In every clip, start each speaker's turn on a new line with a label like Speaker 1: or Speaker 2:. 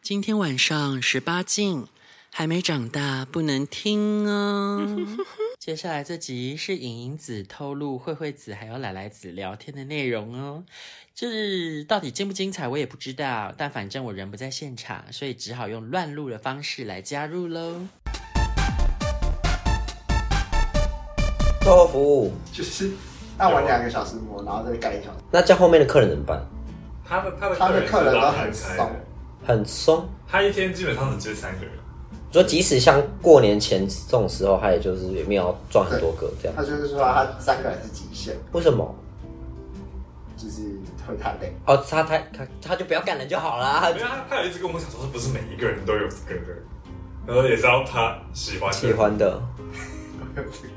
Speaker 1: 今天晚上十八禁，还没长大不能听 哦。接下来这集是影影子透露慧慧子还有奶奶子聊天的内容哦，就是到底精不精彩我也不知道，但反正我人不在现场，所以只好用乱录的方式来加入喽。
Speaker 2: 售后服务，
Speaker 3: 就是
Speaker 4: 按完两个小时膜，然后再盖一小时。
Speaker 2: 那叫后面的客人怎么办？
Speaker 3: 他的他的
Speaker 4: 他的客人
Speaker 3: 是拉
Speaker 4: 都很
Speaker 3: 开
Speaker 4: 松
Speaker 3: 的，
Speaker 2: 很松。
Speaker 3: 他一天基本上只接三个人，
Speaker 2: 你说即使像过年前这种时候，他也就是也没有要赚很多个这样
Speaker 4: 他。就是说他三个人是极限，
Speaker 2: 为什么？
Speaker 4: 就是会太 累。
Speaker 2: 哦，他他他他就不要干人就好啦
Speaker 3: 因为。他他有一直跟我们讲说，是不是每一个人都有这个人，然后也知道他喜欢的
Speaker 2: 喜欢的。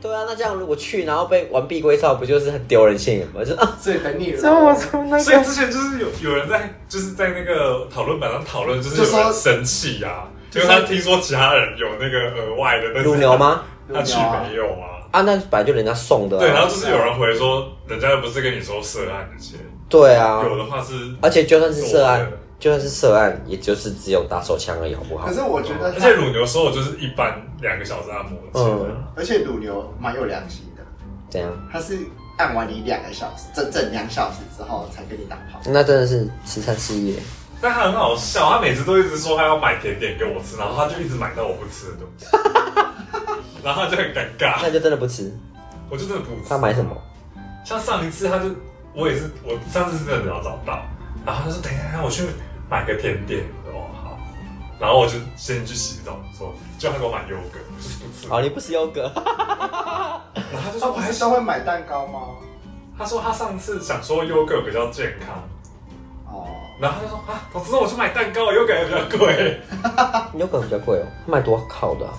Speaker 2: 对啊，那这样如果去然后被完璧归赵，不就是很丢人现眼吗？就是 啊，
Speaker 4: 所以等你，
Speaker 3: 所以之前就是有有人在就是在那个讨论板上讨论，就是
Speaker 4: 就说
Speaker 3: 有人生气呀、
Speaker 4: 就
Speaker 3: 因
Speaker 4: 说
Speaker 3: 为他听说其他人有那个额外的，但是
Speaker 2: 乳牛吗？
Speaker 3: 他去没有啊。
Speaker 2: 啊，那本来就人家送的、啊。
Speaker 3: 对，然后就是有人回说，人家又不是跟你说涉案这些，
Speaker 2: 对啊，
Speaker 3: 有的话是，
Speaker 2: 而且就算是涉案
Speaker 3: 多的，
Speaker 2: 就算是涉案，也就是只有打手枪而已，好不好
Speaker 4: 可？是我觉得
Speaker 3: 而
Speaker 4: 他，
Speaker 3: 且乳牛说我就是一般两个小时按摩的钱
Speaker 2: 嗯
Speaker 3: 啊，
Speaker 4: 而且乳牛蛮有良心的，
Speaker 2: 怎样？
Speaker 4: 他是按完你两个小时，整整两小时之后才跟你打炮。
Speaker 2: 那真的是慈善事业。
Speaker 3: 但他很好笑，他每次都一直说他要买甜点给我吃，然后他就一直买到我不吃的东西， 然后他就很尴尬，
Speaker 2: 那就真的不吃。
Speaker 3: 我就真的不吃。
Speaker 2: 他买什么？
Speaker 3: 像上一次他就我也是我上次是真的没有找到，然后他就说等一下我去买个甜点，我说哦好，然后我就先去洗澡，说就他给我买优格，我就是不吃，
Speaker 2: 哦，你不吃优格？
Speaker 3: 然后他
Speaker 4: 他
Speaker 3: 就说我
Speaker 4: 不
Speaker 3: 还
Speaker 4: 是
Speaker 3: 想，
Speaker 4: 都会买蛋糕吗？
Speaker 3: 他说他上次想说优格比较健康，
Speaker 4: 哦，
Speaker 3: 然后他就说啊，我知道我去买蛋糕，优格也比较贵，
Speaker 2: 优格比较贵哦，卖多靠的啊、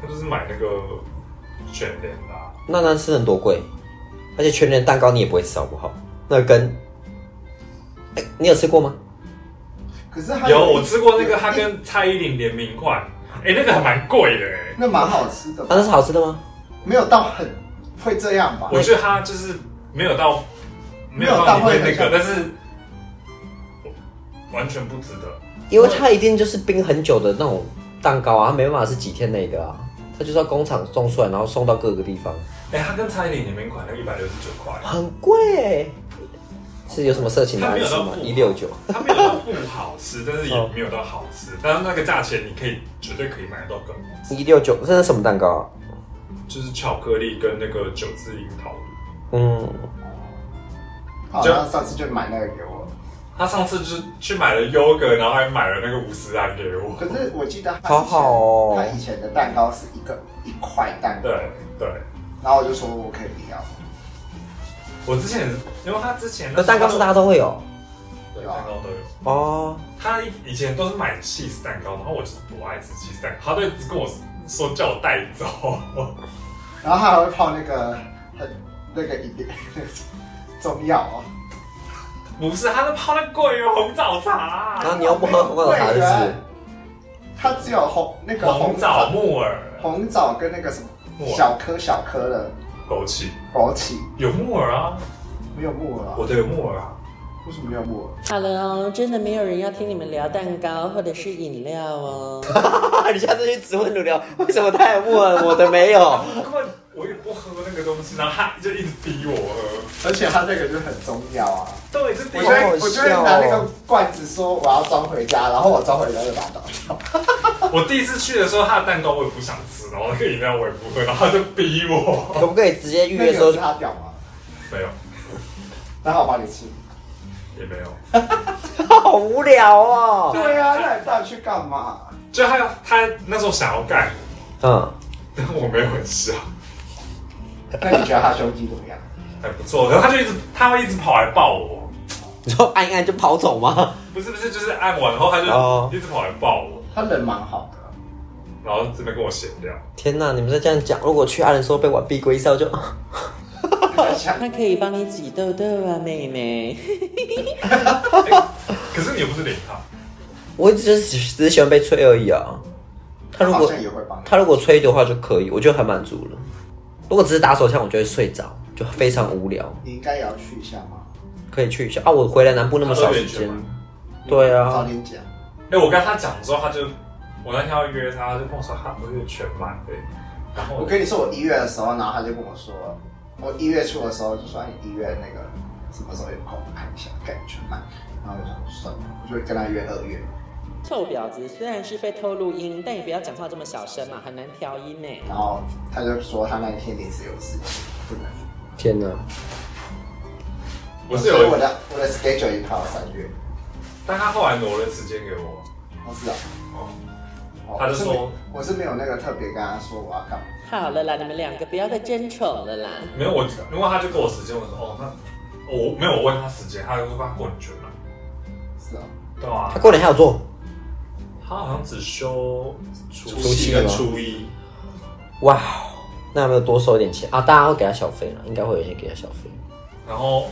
Speaker 3: 他就是买那个全联的啊、
Speaker 2: 那难吃能多贵？而且全年蛋糕你也不会吃，好不好？那跟，哎、你有吃过吗？
Speaker 4: 可是他
Speaker 3: 有，我吃过那个，它跟蔡依林联名款，哎、那个还蛮贵的、欸，
Speaker 4: 那蛮好吃的
Speaker 2: 啊，，那是好吃的吗？
Speaker 4: 没有到很会这样
Speaker 2: 啊
Speaker 4: 吧？
Speaker 3: 我觉得它就是没有到没有
Speaker 4: 没有到
Speaker 3: 到里面那
Speaker 4: 会
Speaker 3: 个，
Speaker 4: 很
Speaker 3: 但是完全不值得。
Speaker 2: 因为它一定就是冰很久的那种蛋糕啊，它没办法是几天内的啊，它就是要工厂送出来，然后送到各个地方，
Speaker 3: 哎、它跟蔡依林联名款那个一百六十九块，
Speaker 2: 很贵、欸是有什么色情的
Speaker 3: 它
Speaker 2: 暗
Speaker 3: 没有
Speaker 2: 示
Speaker 3: 到
Speaker 2: 吗？
Speaker 3: 不
Speaker 2: 一六九，
Speaker 3: 它没有到不好吃，但是
Speaker 2: 哦
Speaker 3: 也没有到好吃。但是那个价钱你可以绝对可以买得到更好吃，
Speaker 2: 一六九，这是什么蛋糕、啊？
Speaker 3: 就是巧克力跟那个九字樱桃。
Speaker 2: 嗯，
Speaker 4: 好像上次就买那个给我，
Speaker 3: 他上次就是去买了优格，然后还买了那个五十兰给我。
Speaker 4: 可是我记得他
Speaker 2: 好好哦
Speaker 4: 以前他以前的蛋糕是一个一块蛋糕
Speaker 3: 对，对，
Speaker 4: 然后我就说我可以不要，
Speaker 3: 我之前也是，因为他之前
Speaker 2: 那蛋糕是大家都会有
Speaker 3: 对蛋糕都有。
Speaker 2: 哦，
Speaker 3: 他以前都是买 cheese 蛋糕，然后我就是不爱吃 cheese 蛋糕，他就一直跟我说叫我带走。
Speaker 4: 然后他还会泡那个很那个一点 中药哦，
Speaker 3: 不是，他在泡那桂圆红枣茶、
Speaker 2: 然后你又不喝红枣茶就
Speaker 4: 桂
Speaker 2: 是
Speaker 4: 圆，它只有红那个
Speaker 3: 红枣、木耳、 哦
Speaker 4: 红枣跟那个什么
Speaker 3: 木耳、
Speaker 4: 小颗小颗的
Speaker 3: 啊枸杞，
Speaker 4: 枸杞，
Speaker 3: 有木耳啊，
Speaker 4: 没有木耳、
Speaker 3: 我
Speaker 4: 啊，
Speaker 3: 的有木耳啊。
Speaker 4: 为什么没有木耳？
Speaker 1: 好了哦，真的没有人要听你们聊蛋糕或者是饮料哦。
Speaker 2: 你下次去质问乳牛，为什么他有木耳，我的没有？
Speaker 3: 我根本我也不喝那个东西，然后他就一直逼我喝。
Speaker 4: 而且它那个就很中药啊，
Speaker 3: 对，就逼
Speaker 2: 好
Speaker 4: 我就会
Speaker 2: 好
Speaker 3: 我。
Speaker 4: 我就会
Speaker 2: 笑哦
Speaker 4: 拿那个罐子说我要装回家，然后我装回家就把它倒掉。
Speaker 3: 我第一次去的时候，他的蛋糕我也不想吃，然后那个饮料我也不喝，然后他就逼我。
Speaker 2: 可不可以直接预
Speaker 4: 那
Speaker 2: 约
Speaker 4: 个
Speaker 2: 说
Speaker 4: 有是它掉吗？
Speaker 3: 没有，
Speaker 4: 然后我帮你吃。
Speaker 3: 也没有。
Speaker 2: 好无聊哦。
Speaker 4: 对啊，那你到底去干嘛？
Speaker 3: 就他他那时候想要干，
Speaker 2: 嗯，
Speaker 3: 但我没有很想。
Speaker 4: 那你觉得他胸肌怎么样？
Speaker 3: 还不错，可是他就一直他会一直跑来抱我，
Speaker 2: 你说按一按就跑走吗？
Speaker 3: 不是不是，就是按完后他
Speaker 2: 哦
Speaker 3: 就一直跑来抱我，
Speaker 4: 他人蛮好的，
Speaker 3: 然后这边跟我闲聊。
Speaker 2: 天哪，你们在这样讲，如果去按的时候被完璧归赵就，
Speaker 4: 像
Speaker 1: 他可以帮你挤痘痘啊，妹 妹。
Speaker 3: 可是你又不是领他，
Speaker 2: 我只是只是喜欢被吹而已啊。他如
Speaker 4: 好
Speaker 2: 果
Speaker 4: 像也会帮你。
Speaker 2: 他如果吹的话就可以，我就还满足了。如果只是打手枪，我就会睡着，就非常无聊。
Speaker 4: 你应该也要去一下嘛，
Speaker 2: 可以去一下啊，我回来南部那么少时间
Speaker 3: 他会被卷吗。
Speaker 2: 对
Speaker 4: 早
Speaker 2: 啊，
Speaker 4: 点讲。
Speaker 3: 哎、我跟他讲之后，他就我那天要约他，他就跟我说他不是全满的，然后
Speaker 4: 我跟你说，我一月的时候，然后他就跟我说，我一月初的时候就说哎一月那个什么时候有空看一下，感觉蛮。然后我就想算了，我就跟他约二月。
Speaker 1: 臭婊子，虽然是被偷录音，但也不要讲话这么小声嘛，很难调音呢。
Speaker 4: 然后他就说他那一天临时有事情，不能。
Speaker 2: 天哪！啊
Speaker 3: 我是
Speaker 4: 所以
Speaker 3: 有
Speaker 4: 我，的我的 schedule 已经排到三月。
Speaker 3: 但他后来挪了时间给我，
Speaker 4: 我知道。
Speaker 3: 哦，
Speaker 4: 哦
Speaker 3: 他就说
Speaker 4: 我是没有我是没有那个特别跟他说我要干嘛。
Speaker 1: 好了啦，你们两个不要再争宠了啦。
Speaker 3: 没有我，因为他就给我时间，我说哦，那我没有我问他时间，他就说他过年全满，
Speaker 4: 是哦，
Speaker 3: 对啊
Speaker 2: 他，过年还有做，
Speaker 3: 他好像只休除
Speaker 2: 除夕
Speaker 3: 跟
Speaker 2: 吗
Speaker 3: 初一，
Speaker 2: 哇，那有没有多收一点钱啊？大家会给他小费了，应该会有一些给他小费。
Speaker 3: 然后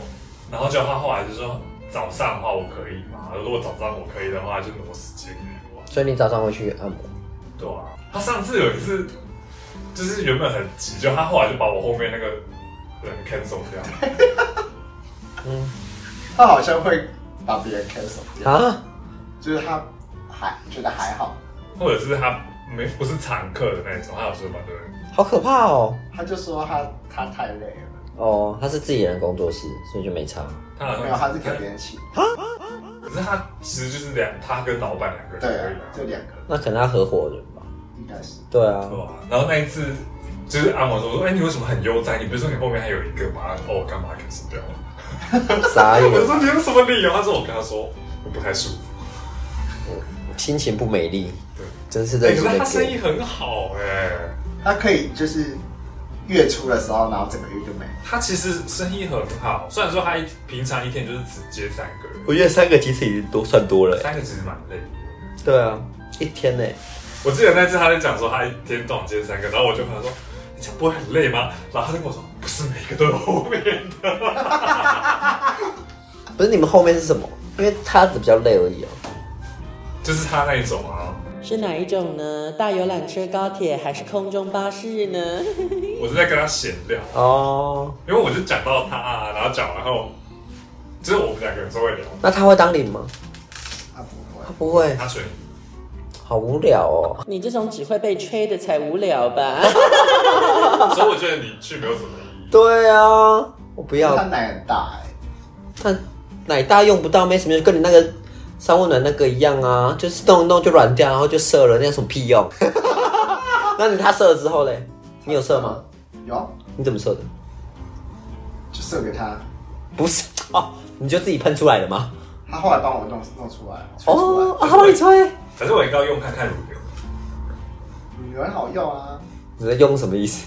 Speaker 3: 然后就他后来就说早上的话我可以嘛，如果早上我可以的话，就挪时间给我，
Speaker 2: 所以你早上会去按摩？
Speaker 3: 对啊，他上次有一次就是原本很急，就他后来就把我后面那个人 cancel 掉。
Speaker 2: 嗯
Speaker 4: 他好像会把别人 cancel 掉，
Speaker 2: 啊，
Speaker 4: 就是他还觉得还好，
Speaker 3: 或者是他没不是常客的那种，他有时候把这个人
Speaker 2: 好可怕哦！
Speaker 4: 他就说他他太累了，
Speaker 2: 哦，他是自己人工作室，所以就没差。
Speaker 3: 他好像
Speaker 4: 没有，他是给别人请，
Speaker 3: 可是他其实就是两他跟老板两个
Speaker 4: 对
Speaker 3: 人而已、
Speaker 4: 啊，就两个
Speaker 2: 那可能他合伙人吧？
Speaker 4: 应该是。
Speaker 2: 对啊
Speaker 3: 对，啊然后那一次就是按摩的时候我说：“哎、你为什么很悠哉？你不是说你后面还有一个吗？”哦，我干嘛 cancel 掉了？
Speaker 2: 傻眼
Speaker 3: 我， 说：“你有什么理由？”他说：“我跟他说我不太舒服。
Speaker 2: 心情不美丽
Speaker 3: 对，
Speaker 2: 真是
Speaker 3: 哎，
Speaker 2: 认识
Speaker 3: 可是
Speaker 2: 的
Speaker 3: 他生意
Speaker 2: 给。
Speaker 3: 很好哎、
Speaker 4: 他可以就是月初的时候，然后整个月就没了。
Speaker 3: 他其实生意很好，虽然说他一平常一天就是只接三个人，
Speaker 2: 我觉得三个其实已经多算多了欸。
Speaker 3: 三个其实蛮累的。
Speaker 2: 对啊，一天呢？
Speaker 3: 我记得那次他在讲说他一天到晚接三个，然后我就跟他说：“你这样不会很累吗？”然后他就跟我说：“不是每个都有后面的。
Speaker 2: 不是你们后面是什么？因为他比较累而已哦。”
Speaker 3: 就是他那一种啊，
Speaker 1: 是哪一种呢？大游览车、高铁还是空中巴士呢？
Speaker 3: 我就在跟他闲聊，
Speaker 2: 哦，
Speaker 3: 因为我就讲到他啊，然后讲完后，就是我们两个人是会聊，
Speaker 2: 那他会当领吗？
Speaker 4: 他不会
Speaker 2: 他，不会，
Speaker 3: 他吹，
Speaker 2: 好无聊哦。
Speaker 1: 你这种只会被吹的才无聊吧？
Speaker 3: 所以我觉得你去没有什么意义。
Speaker 2: 对啊，我不
Speaker 4: 他
Speaker 2: 要。
Speaker 4: 奶很大哎、
Speaker 2: 但奶大用不到没什么用，跟你那个三温暖那个一样啊，就是动一动就软掉，然后就射了，那有什么屁用？ 那你他射了之后嘞，你有射吗？
Speaker 4: 有
Speaker 2: 你怎么射的？
Speaker 4: 就射给他，
Speaker 2: 不是 哦，你就自己喷出来的吗？
Speaker 4: 他后来帮我弄弄出来，吹出来，
Speaker 2: 哦，啊他帮你吹，
Speaker 3: 反正我应该要用看看如流，
Speaker 4: 女人好用啊，
Speaker 2: 你在用什么意思？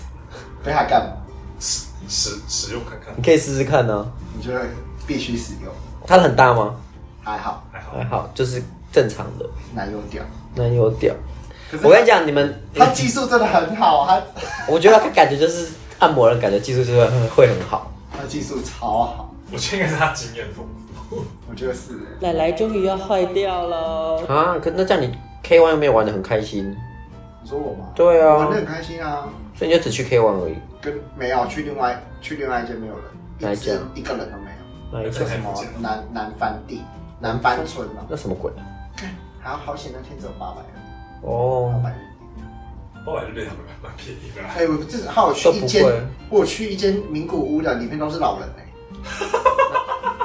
Speaker 4: 被他干嘛？
Speaker 3: 使使使用看看
Speaker 2: 你可以试试看呢、啊
Speaker 4: 你就会必须使用，
Speaker 2: 它很大吗？
Speaker 4: 还好
Speaker 3: 还好
Speaker 2: 还。好，就是正常的，
Speaker 4: 难用掉。
Speaker 2: 那有屌。
Speaker 4: 可是
Speaker 2: 我跟你讲，你们，
Speaker 4: 他技术真的很好，他
Speaker 2: 我觉得他感觉就是按摩人，感觉技术就是很会很好。
Speaker 4: 他技术超好，
Speaker 3: 我觉得应该是他经验丰富，
Speaker 4: 我觉得是。
Speaker 1: 奶
Speaker 4: 欸
Speaker 1: 奶终于要坏掉喽！
Speaker 2: 啊，可那这样你 K one 又没有玩的很开心，
Speaker 4: 你说我吗？
Speaker 2: 对啊
Speaker 4: 我玩的很开心啊，
Speaker 2: 所以你就只去 K one 而已。
Speaker 4: 跟没有啊去另外去另外一间没有人，
Speaker 2: 哪
Speaker 4: 一
Speaker 2: 一间
Speaker 4: 间一个人都没有，
Speaker 2: 那一
Speaker 4: 叫
Speaker 2: 个
Speaker 4: 什么南南番地南番村嘛，
Speaker 2: 那什么鬼啊？
Speaker 4: 还好险那天只有八百人，八
Speaker 2: 哦，
Speaker 4: 百人。
Speaker 3: 后来就变成蛮蛮便宜的 啊。
Speaker 4: 哎，我这还有去一间
Speaker 2: 都不会，
Speaker 4: 我有去一间名古屋的，里面都是老人哎、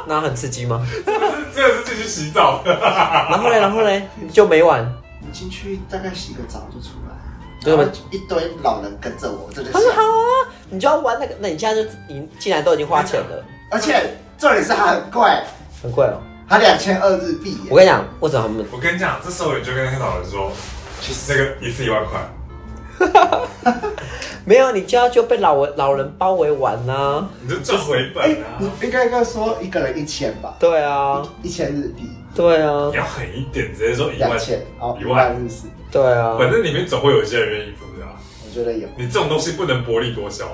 Speaker 2: 那很刺激吗？
Speaker 3: 真的是进去洗澡的，
Speaker 2: 然后嘞，然后嘞，你就没玩，
Speaker 4: 你进去大概洗个澡就出来，
Speaker 2: 对吧
Speaker 4: 然后一堆老人跟着我，真的
Speaker 2: 很
Speaker 4: 是
Speaker 2: 好。啊。你就要玩那个，那你现在就你既然都已经花钱了，
Speaker 4: 而且重点是它很贵，
Speaker 2: 很贵哦。
Speaker 4: 它两千二日币耶、
Speaker 2: 我跟你讲，为什么他们
Speaker 3: 我跟你讲，这时候你就跟那个老人说，
Speaker 4: 去死
Speaker 3: 那个一次一万块，
Speaker 2: 没有，你家就被老人老人包围啊完啦、
Speaker 3: 你就赚回
Speaker 4: 哎
Speaker 3: 本啊，！
Speaker 4: 你应该应该说一个人一千吧，
Speaker 2: 对啊，
Speaker 4: 一千日币，
Speaker 2: 对啊
Speaker 3: 你，要狠一点，直接说一
Speaker 4: 两
Speaker 3: 万，
Speaker 4: 千，然后
Speaker 3: 一
Speaker 4: 一
Speaker 3: 万
Speaker 4: 万日币，
Speaker 2: 对啊，
Speaker 3: 反正里面总会有一些人愿意付的啊。
Speaker 4: 我觉得有。
Speaker 3: 你这种东西不能薄利多销，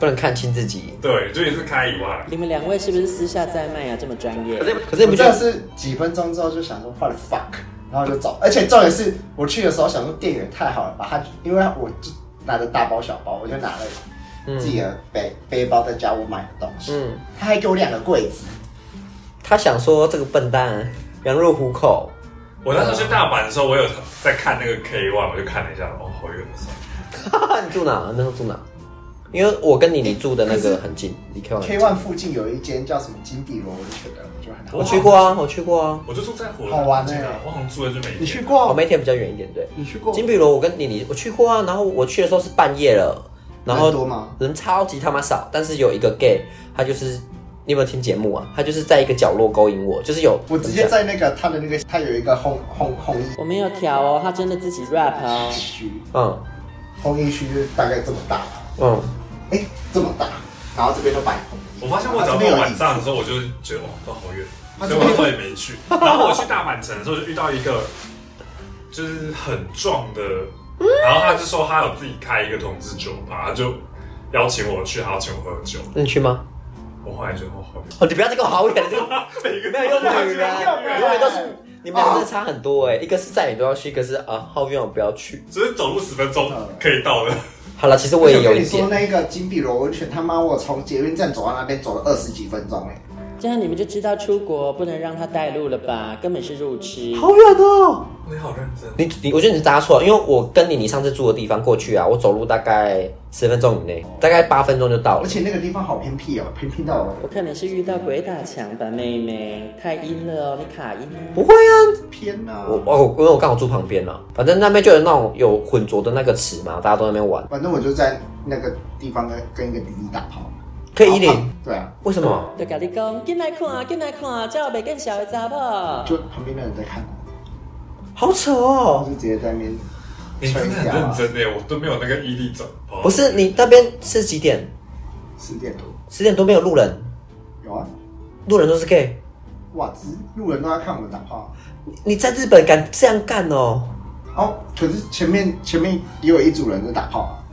Speaker 2: 不能看清自己。
Speaker 3: 对，就一次开一万。
Speaker 1: 你们两位是不是私下在卖啊？这么专业
Speaker 2: 可？是可
Speaker 4: 可
Speaker 2: 是你不
Speaker 4: 不
Speaker 2: 觉得？
Speaker 4: 真的是几分钟之后就想说 what the fuck，然后就走。而且重点是我去的时候想说店员太好了吧，他因为我就拿着大包小包，我就拿了自己的背、背包再加我买的东西，
Speaker 2: 嗯，
Speaker 4: 他还给我两个柜子，
Speaker 2: 他想说这个笨蛋啊羊入虎口，
Speaker 3: 我那时候去大阪的时候，我有在看那个 K One，我就看了一下，哦，好远的时候，
Speaker 2: 哈啊哈，你住哪？那时候住哪？因为我跟你你住的那个很近，离 K
Speaker 4: K
Speaker 2: 1
Speaker 4: One 附近有一间叫什么金地罗，我就觉得就很好
Speaker 2: 我。去过啊，我去过啊，哦
Speaker 3: 我就住在火
Speaker 4: 好玩
Speaker 3: 欸
Speaker 4: 欸，
Speaker 3: 我好像住在这每
Speaker 4: 你去
Speaker 3: 天。
Speaker 4: 过？
Speaker 2: 我每天比较远一点，对。
Speaker 4: 你去过？
Speaker 2: 金碧罗，我跟你你我去过啊，然后我去的时候是半夜了，然后
Speaker 4: 人多吗？
Speaker 2: 人超级他妈少，但是有一个 gay，他就是你有没有听节目啊？他就是在一个角落勾引我，就是有
Speaker 4: 我直接在那个他的那个，他有一个烘烘烘衣啊
Speaker 1: 我没有调哦，他真的自己 rap 哦。
Speaker 4: 区，
Speaker 2: 嗯
Speaker 4: 烘衣区就是大概这么大，
Speaker 2: 嗯，
Speaker 4: 哎、这么大，然后这边都摆红衣。
Speaker 3: 我发现我只要到晚上的时候，我就觉得哇，都好远，
Speaker 4: 他
Speaker 3: 所
Speaker 4: 这
Speaker 3: 以
Speaker 4: 边
Speaker 3: 我那时候也没去。然后我去大阪城的时候，就遇到一个就是很壮的，然后他就说他有自己开一个同志酒吧，他就邀请我去，他要请我喝酒。
Speaker 2: 那你去吗？
Speaker 3: 我后来觉得哦，好 远，
Speaker 2: 哦，你不要这个好远，这个
Speaker 3: 每个
Speaker 2: 没有用
Speaker 3: 都
Speaker 2: 的语啊，
Speaker 4: 没有
Speaker 2: 永远都是你们俩真的差很多哎、一个是载你都要去，一个是啊好远我不要去。
Speaker 3: 只是走路十分钟可以到的。
Speaker 2: 好了，其实我也有
Speaker 4: 哦跟你
Speaker 2: 一
Speaker 4: 说
Speaker 2: 点，
Speaker 4: 那个金碧罗温泉，他妈我从捷运站走到那边走了二十几分钟哎、
Speaker 1: 这样你们就知道出国不能让他带路了吧？根本是路痴。
Speaker 2: 好远哦。
Speaker 3: 你好认真，
Speaker 2: 你你，我觉得你是搭错啊了，因为我跟你你上次住的地方过去啊，我走路大概十分钟以内，大概八分钟就到了
Speaker 4: 而。且那个地方好偏僻哦，偏僻到我
Speaker 1: 我可能是遇到鬼打墙吧，妹妹，太阴了哦，你卡阴了。
Speaker 2: 不会啊，
Speaker 4: 偏呐、
Speaker 2: 我哦，因为我刚好住旁边啦，反正那边就有那种有混浊的那个池嘛，大家都在那边玩。
Speaker 4: 反正我就在那个地方跟跟一个弟弟打炮，
Speaker 2: 可以一零
Speaker 4: 然后他对啊，
Speaker 2: 为什么？
Speaker 1: 就跟你讲，进来看啊，进来看啊，叫袂更小的查某。
Speaker 4: 就旁边的人在看，
Speaker 2: 好扯
Speaker 4: 我
Speaker 2: 哦！
Speaker 4: 就直接在那边
Speaker 3: 你真的很认
Speaker 4: 啊，
Speaker 3: 真耶，我都没有那个毅力走。哦
Speaker 2: 不是你那边是几点？
Speaker 4: 十点多
Speaker 2: 十点多没有路人，
Speaker 4: 有啊，
Speaker 2: 路人都是 gay。
Speaker 4: 哇，只路人都在看我们打炮，啊
Speaker 2: 你你在日本敢这样干哦？
Speaker 4: 哦，可是前面前面也有一组人在打炮啊，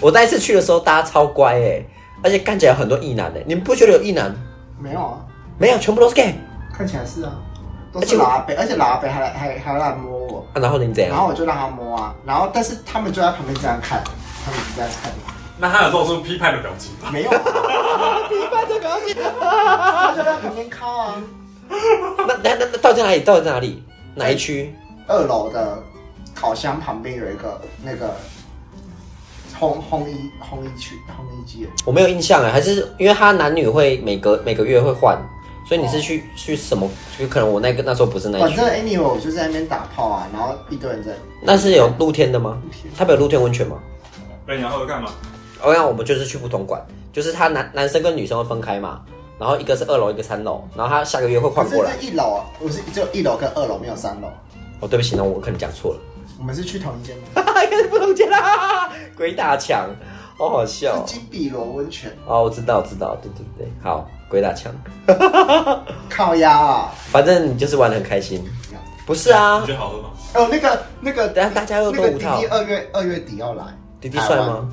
Speaker 2: 我那一次去的时候，大家超乖哎，而且看起来有很多异男哎，你们不觉得有异男？
Speaker 4: 没有啊，
Speaker 2: 没有，全部都是 gay。
Speaker 4: 看起来是啊，都
Speaker 2: 而且
Speaker 4: 是
Speaker 2: 我
Speaker 4: 老阿伯，而且老阿伯还还还来摸我。
Speaker 2: 啊、然后你怎
Speaker 4: 然后
Speaker 2: 样？
Speaker 4: 我就让他摸啊，然后但是他们就在旁边这样看，他们就这样看，
Speaker 3: 那他有露出批判的表情吗？
Speaker 4: 没有、啊， 他就在旁边敲啊，
Speaker 2: 那那那那到底在哪里？到底在哪里？哪一区？
Speaker 4: 二楼的烤箱旁边有一个那个烘烘衣烘衣区烘衣机，
Speaker 2: 我没有印象哎，还是因为他男女会每隔每个月会换，所以你是去、去什么？就可能我那个那时候不是那一
Speaker 4: 反
Speaker 2: 区
Speaker 4: 正，anyway 我就在那边打炮啊，然后一堆人在，
Speaker 2: 哦那是有露天的吗？他们有露天温泉吗？
Speaker 3: 那哎你要喝干嘛？
Speaker 2: 哦，那我们就是去不同馆，就是他男男生跟女生会分开嘛，然后一个是二楼，一个三楼，然后他下个月会
Speaker 4: 可
Speaker 2: 换
Speaker 4: 是
Speaker 2: 过
Speaker 4: 这
Speaker 2: 来。
Speaker 4: 一楼啊，我是只有一楼跟二楼没有三楼，
Speaker 2: 哦，对不起，那我可能讲错了，
Speaker 4: 我们是去同一间吗，
Speaker 2: 哈哈，应该是不同间啦， 鬼打墙，好好笑
Speaker 4: 是
Speaker 2: 哦。
Speaker 4: 金碧楼温泉，
Speaker 2: 哦，我知道，我知道，对对对，好，鬼打墙，
Speaker 4: 靠腰啊，
Speaker 2: 反正你就是玩的很开心
Speaker 4: 这样，
Speaker 2: 不是啊
Speaker 3: 你？觉得好喝吗？
Speaker 4: 哦那个那个
Speaker 2: 等下大家又
Speaker 4: 那
Speaker 2: 都
Speaker 4: 个
Speaker 2: 无
Speaker 4: 弟
Speaker 2: 套
Speaker 4: 弟，二月二月底要来，
Speaker 2: 弟弟帅
Speaker 4: 台湾
Speaker 2: 吗？？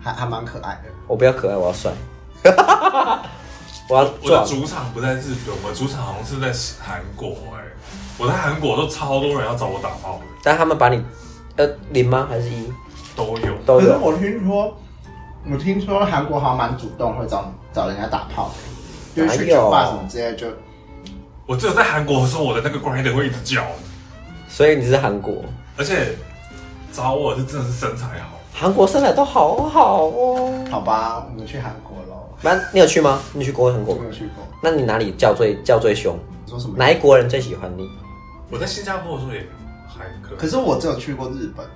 Speaker 4: 还还蛮可爱的。
Speaker 2: 我不要可爱，我要 帅，我要
Speaker 3: 我的
Speaker 2: 壮。
Speaker 3: 主场不在日本，我的主场好像是在韩国哎、我在韩国都超多人要找我打炮的，
Speaker 2: 但他们把你，呃，零吗？还是一？
Speaker 3: 都有。
Speaker 2: 都
Speaker 4: 可是
Speaker 2: 有。
Speaker 4: 我听说，我听说韩国好像蛮主动会找找人家打炮的，就是去酒吧什么之类的就。
Speaker 3: 我只有在韩国的时候，我的那个 grinder 会一直叫，
Speaker 2: 所以你是韩国，
Speaker 3: 而且找我是真的是身材好，
Speaker 2: 韩国身材都好好哦。
Speaker 4: 好吧，我们去韩国喽。
Speaker 2: 那你有去吗？你有去过韩
Speaker 4: 我
Speaker 2: 国
Speaker 4: 没
Speaker 3: 嗯
Speaker 2: 吗？
Speaker 4: 有去过，
Speaker 2: 那你哪里叫最叫最凶？
Speaker 4: 你说什么？
Speaker 2: 哪一国人最喜欢你？
Speaker 3: 我在新加坡的时候也还可以。
Speaker 4: 可是我只有去过日本，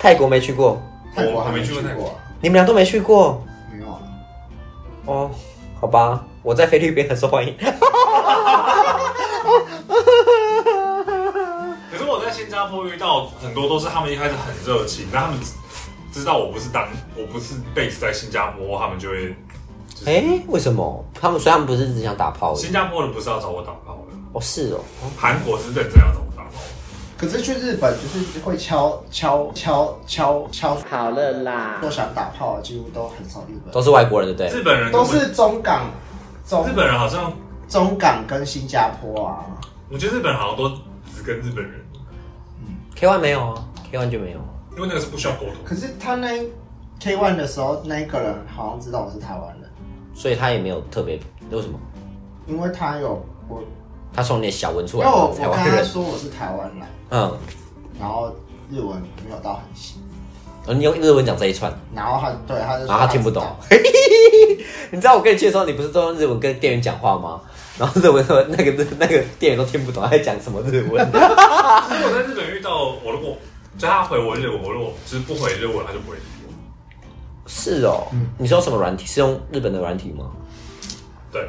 Speaker 2: 泰国没去过，
Speaker 4: 泰国还
Speaker 3: 我没去
Speaker 4: 去
Speaker 3: 过泰
Speaker 4: 过
Speaker 3: 国，
Speaker 2: 你们俩都没去过
Speaker 4: 没有啊。
Speaker 2: 哦？好吧，我在菲律宾很受 欢迎。
Speaker 3: 可是我在新加坡会遇到很多都是他们一开始很热情，那他们知道我不是当我不是 base 在新加坡，他们就会
Speaker 2: 哎、为什么他们？所以他们不是只想打炮而已
Speaker 3: 新加坡人不是要找我打炮的，
Speaker 2: 哦，是哦，
Speaker 3: 韩国是认真要找我打炮。
Speaker 4: 可是去日本就是会敲敲敲敲敲，
Speaker 1: 好了啦
Speaker 4: 说想打炮的几乎都很少日本，
Speaker 2: 都是外国人，对不
Speaker 3: 日
Speaker 2: 对？
Speaker 3: 本人
Speaker 4: 都是中港中
Speaker 3: 日本人好像，
Speaker 4: 中港跟新加坡啊，
Speaker 3: 我觉得日本人好像都只跟日本人，
Speaker 2: K one 没有啊，K one 就没有。
Speaker 3: 因为那个是不需要沟通。
Speaker 4: 可是他那 K one 的时候，那一个人好像知道我是台湾人，
Speaker 2: 所以他也没有特别为什么，
Speaker 4: 因为他有我，
Speaker 2: 他从你的小文出
Speaker 4: 因
Speaker 2: 来，
Speaker 4: 为哦我
Speaker 2: 台
Speaker 4: 我
Speaker 2: 湾
Speaker 4: 跟他
Speaker 2: 人，
Speaker 4: 说我是台湾人，
Speaker 2: 嗯，
Speaker 4: 然后日文没有到很行，
Speaker 2: 哦你用日文讲这一串，
Speaker 4: 然后他对他就说
Speaker 2: 然后他听不
Speaker 4: 知
Speaker 2: 懂
Speaker 4: 道。
Speaker 2: 你知道我跟你去的时候，你不是都用日文跟店员讲话吗？ 然后日文说那个那个店员都听不懂他在讲什么日 文，
Speaker 3: 如果在日本遇到我，如果就他回我日文，我如果就是不回日文，他就不会理我。
Speaker 2: 是哦，
Speaker 4: 嗯
Speaker 2: 你是用什么软体？是用日本的软体吗？
Speaker 3: 对，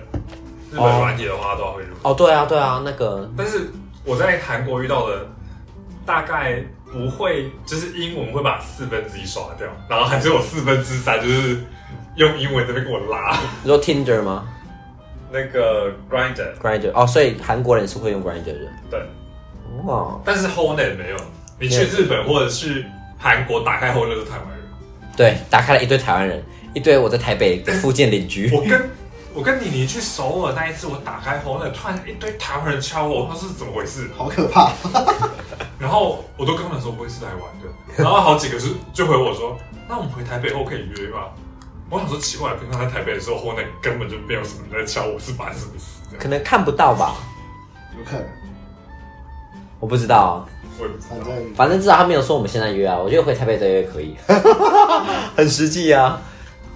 Speaker 3: 日本软体的话都要会日文。
Speaker 2: 哦，对啊，对啊，那个
Speaker 3: 但是我在韩国遇到的大概不会，就是英文会把四分之一刷掉，然后还是有四分之三，就是用英文这边给我拉
Speaker 2: 你说 Tinder 吗
Speaker 3: 那个 grinder。
Speaker 2: ？Grinder 哦，所以韩国人是会用 Grinder 的。
Speaker 3: 对，
Speaker 2: 哇，
Speaker 3: 但是 whole name 没有。你去日本或者是韩国，打开 whole name 都是台湾人。
Speaker 2: 对，打开了一堆台湾人，一堆我在台北附近邻 居。
Speaker 3: 我跟我跟妮妮去首尔那一次，我打开 whole name，突然一堆台湾人敲我，那是怎么回事？
Speaker 4: 好可怕！
Speaker 3: 然后我都跟他们说不会是来玩 的，然后好几个是就回我说，那我们回台北后可以约吗？我想说奇怪，平常在台北的时候，后面根本就没有什么人在敲我，是发生什么事这样？
Speaker 2: 可能看不到吧，
Speaker 4: 有可能，
Speaker 2: 我不知道，
Speaker 3: 我也不知
Speaker 4: 反
Speaker 3: 道。
Speaker 4: 正
Speaker 2: 反正至少他没有说我们现在约啊，我觉得回台北再约可以， 很实际啊。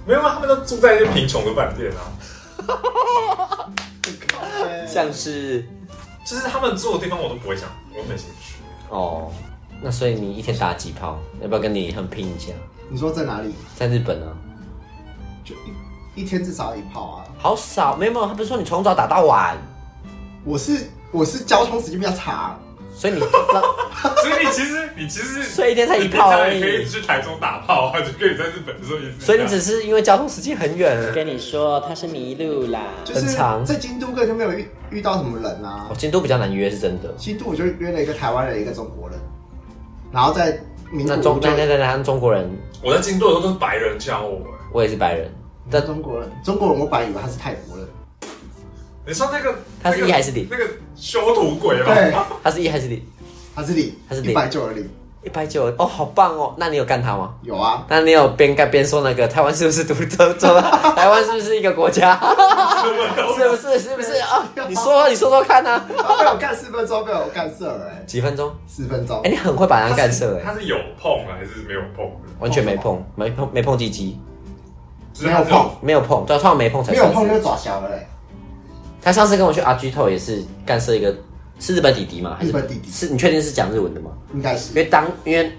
Speaker 3: 没有啊，他们都住在一些贫穷的饭店啊，
Speaker 2: 像是
Speaker 3: 就是他们住的地方我都不会想，我没兴趣。
Speaker 2: 哦，那所以你一天打几炮？要不要跟你很拼一下？
Speaker 4: 你说在哪里？
Speaker 2: 在日本啊呢？
Speaker 4: 就一一天至少一炮啊！
Speaker 2: 好少，没有没有，他不是说你从早打到晚，
Speaker 4: 我是我是交通时间比较长，
Speaker 2: 所以你
Speaker 3: 所以你其实你其实
Speaker 2: 所以一天才一炮而已
Speaker 3: 你平常也可以一直去台中打炮啊，就可以在日本的时候也是。
Speaker 2: 所以你只是因为交通时间很远。
Speaker 1: 跟你说，他是迷路啦。
Speaker 4: 就是
Speaker 2: 很长
Speaker 4: 在京都根本就没有遇遇到什么人啊
Speaker 2: 哦，。京都比较难约是真的。
Speaker 4: 京都我就约了一个台湾人，一个中国人，然后在名
Speaker 2: 那
Speaker 4: 古
Speaker 2: 中
Speaker 4: 屋就
Speaker 2: 那那那那中国人，
Speaker 3: 我在京都的时候都是白人敲我、欸
Speaker 2: 我也是白人，
Speaker 4: 在中国人，中国人我本来以为他是泰国人，
Speaker 3: 你说那个
Speaker 2: 他是
Speaker 3: 那个
Speaker 2: 一还是零
Speaker 3: 那个修图鬼吗？
Speaker 4: 对，
Speaker 2: 他是一还是零？
Speaker 4: 他是零，
Speaker 2: 他是
Speaker 4: 一
Speaker 2: 零
Speaker 4: 百九十零，
Speaker 2: 一百九哦，好棒哦！那你有干他吗？
Speaker 4: 有啊，
Speaker 2: 那你有边干边说那个台 湾是不是独立 州州？台湾是不是一个国家？是不是？是不是啊？你说，你说说看啊！
Speaker 4: 他被我干四分钟，被我干射了、欸，
Speaker 2: 几分钟？
Speaker 4: 四分钟
Speaker 2: 哎、，你很会把人家干射哎、
Speaker 3: 他是有碰还是没有碰的？
Speaker 2: 完全没碰，没碰，没碰鸡鸡，
Speaker 3: 就是他
Speaker 4: 没有碰
Speaker 2: 没有碰，对，通常没碰才
Speaker 4: 没
Speaker 2: 算
Speaker 4: 有
Speaker 2: 是
Speaker 4: 碰就抓小了嘞、
Speaker 2: 他上次跟我去 R G T 也是干射一个，是日本弟弟吗？还是
Speaker 4: 日本弟弟
Speaker 2: 是你确定是讲日文的吗？
Speaker 4: 应该
Speaker 2: 因
Speaker 4: 是，
Speaker 2: 为当因为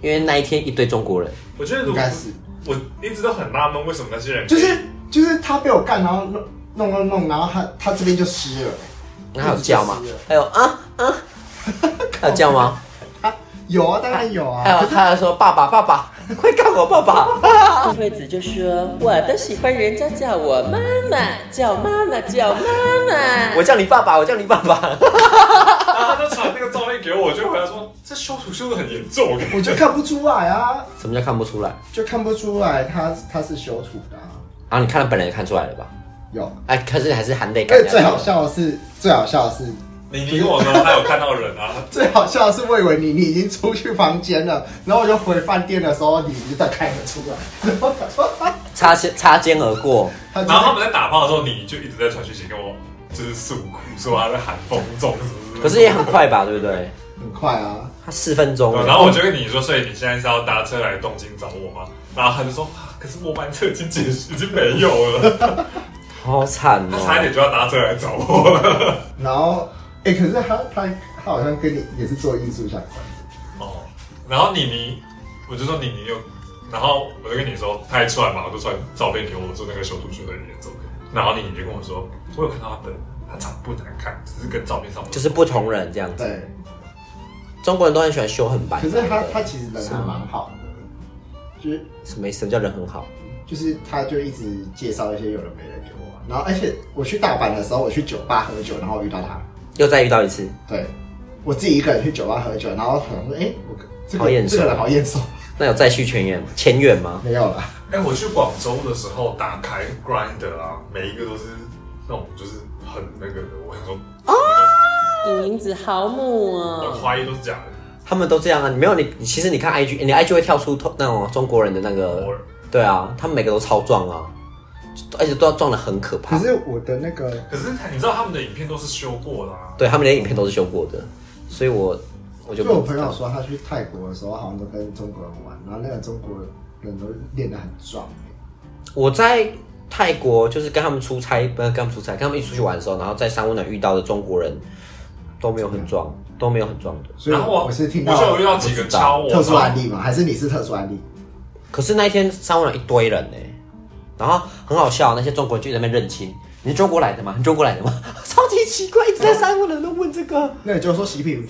Speaker 2: 因为那一天一堆中国人，
Speaker 3: 我觉得如
Speaker 4: 应
Speaker 3: 果
Speaker 4: 该是，
Speaker 3: 我一直都很纳闷，为什么那些人
Speaker 4: 就是就是他被我干，然后弄弄弄弄，然后他他这边就湿了、
Speaker 2: 那还有叫吗
Speaker 4: 一直就是？
Speaker 2: 还有啊 啊，还有叫吗？
Speaker 4: 啊，有啊，当然有
Speaker 2: 还
Speaker 4: 啊，
Speaker 2: 有他还说爸爸爸爸，快干我爸爸！
Speaker 1: 慧慧子就说：“我都喜欢人家叫我妈妈，叫妈妈，叫妈妈。”
Speaker 2: 我叫你爸爸，我叫你爸爸。
Speaker 3: 然
Speaker 2: 啊
Speaker 3: 后他就传那个照片给我，我就回来说这修图修的很严重。
Speaker 4: 我就看不出来啊，
Speaker 2: 什么叫看不出来？
Speaker 4: 就看不出来他他是修图的、啊，
Speaker 2: 然后你看到本人也看出来了吧？
Speaker 4: 有。
Speaker 2: 哎，可是还是含泪
Speaker 4: 而
Speaker 2: 感
Speaker 4: 且。最好。笑的是，最好笑的是，
Speaker 3: 你你跟我说他有看到人啊，
Speaker 4: 最好笑的是，我以为你你已经出去房间了，然后我就回饭店的时候，你就在开门出来，然后他说
Speaker 2: 擦肩擦肩而过，
Speaker 4: 他就
Speaker 3: 然后他们在打炮的时候，你就一直在传讯息跟我，就是诉苦说他在喊风中是不是？
Speaker 2: 可是也很快吧，对不对？
Speaker 4: 很快啊，
Speaker 2: 他四分钟
Speaker 3: 对。
Speaker 2: 了。
Speaker 3: 然后我就跟你说，所以你现在是要搭车来东京找我吗？然后他就说，啊可是末班车已经结束，已经没有了，
Speaker 2: 好惨
Speaker 3: 他差一
Speaker 2: 哦。
Speaker 3: 点就要搭车来找我 了。
Speaker 4: 然后哎、可是他他他好像跟你也是做艺术相关，
Speaker 3: 哦，然后妮妮，我就说妮妮又，然后我就跟你说，她还出来嘛，我就传照片给我，我说那个修图修的很严重。然后妮妮就跟我说，我有看到她的，她长得不难看，只是跟照片上不
Speaker 2: 就是不同人这样子，
Speaker 4: 对，
Speaker 2: 中国人都很喜欢修很白。
Speaker 4: 可是他他其实人还蛮好的，就是
Speaker 2: 什么意思？什么叫人很好？
Speaker 4: 就是他就一直介绍一些有的没的给我，然后而且我去大阪的时候，我去酒吧喝酒，然后遇到他，
Speaker 2: 又再遇到一次，
Speaker 4: 对我自己一个人去酒吧喝酒，然后可能说，哎、我这
Speaker 2: 好眼
Speaker 4: 个
Speaker 2: 熟
Speaker 4: 这个人好眼熟，
Speaker 2: 那有再续前缘前缘吗？
Speaker 4: 没有啦，
Speaker 3: 哎、我去广州的时候打开 Grinder 啊，每一个都是那种就是很那个的，我想说
Speaker 1: 影影子好母
Speaker 3: 我
Speaker 1: 哦，
Speaker 3: 怀疑都是假的。
Speaker 2: 他们都这样啊，你没有你，你其实你看 IG，你 IG 会跳出那种中国人的那
Speaker 3: 国
Speaker 2: 个
Speaker 3: 人，
Speaker 2: 对啊，他们每个都超壮啊，而且都要壮的很可
Speaker 4: 可
Speaker 2: 怕。
Speaker 4: 是我的那个
Speaker 3: 可是你知道他们的影片都是修过的啊，
Speaker 2: 对他们连影片都是修过的，所以我我就
Speaker 4: 就我
Speaker 2: 不知
Speaker 4: 朋
Speaker 2: 道
Speaker 4: 友说，他去泰国的时候好像都跟中国人玩，然后那个中国人都练得很壮、
Speaker 2: 我在泰国就是跟他们出差，不是跟他们出差，跟他们一起出去玩的时候，然后在三温暖遇到的中国人都没有很壮，都没有很壮的。
Speaker 4: 所以
Speaker 3: 然后
Speaker 4: 我
Speaker 3: 我
Speaker 4: 是听
Speaker 3: 我就有
Speaker 4: 到
Speaker 3: 遇到几个敲我，
Speaker 4: 特殊案例嘛，还是你是特殊案例？
Speaker 2: 可是那一天三温暖一堆人呢、然后很好笑，那些中国人就在那边认亲，你是中国来的吗？你中国来的吗？超级奇怪，一直在三温暖都问这个。
Speaker 4: 那你就说习品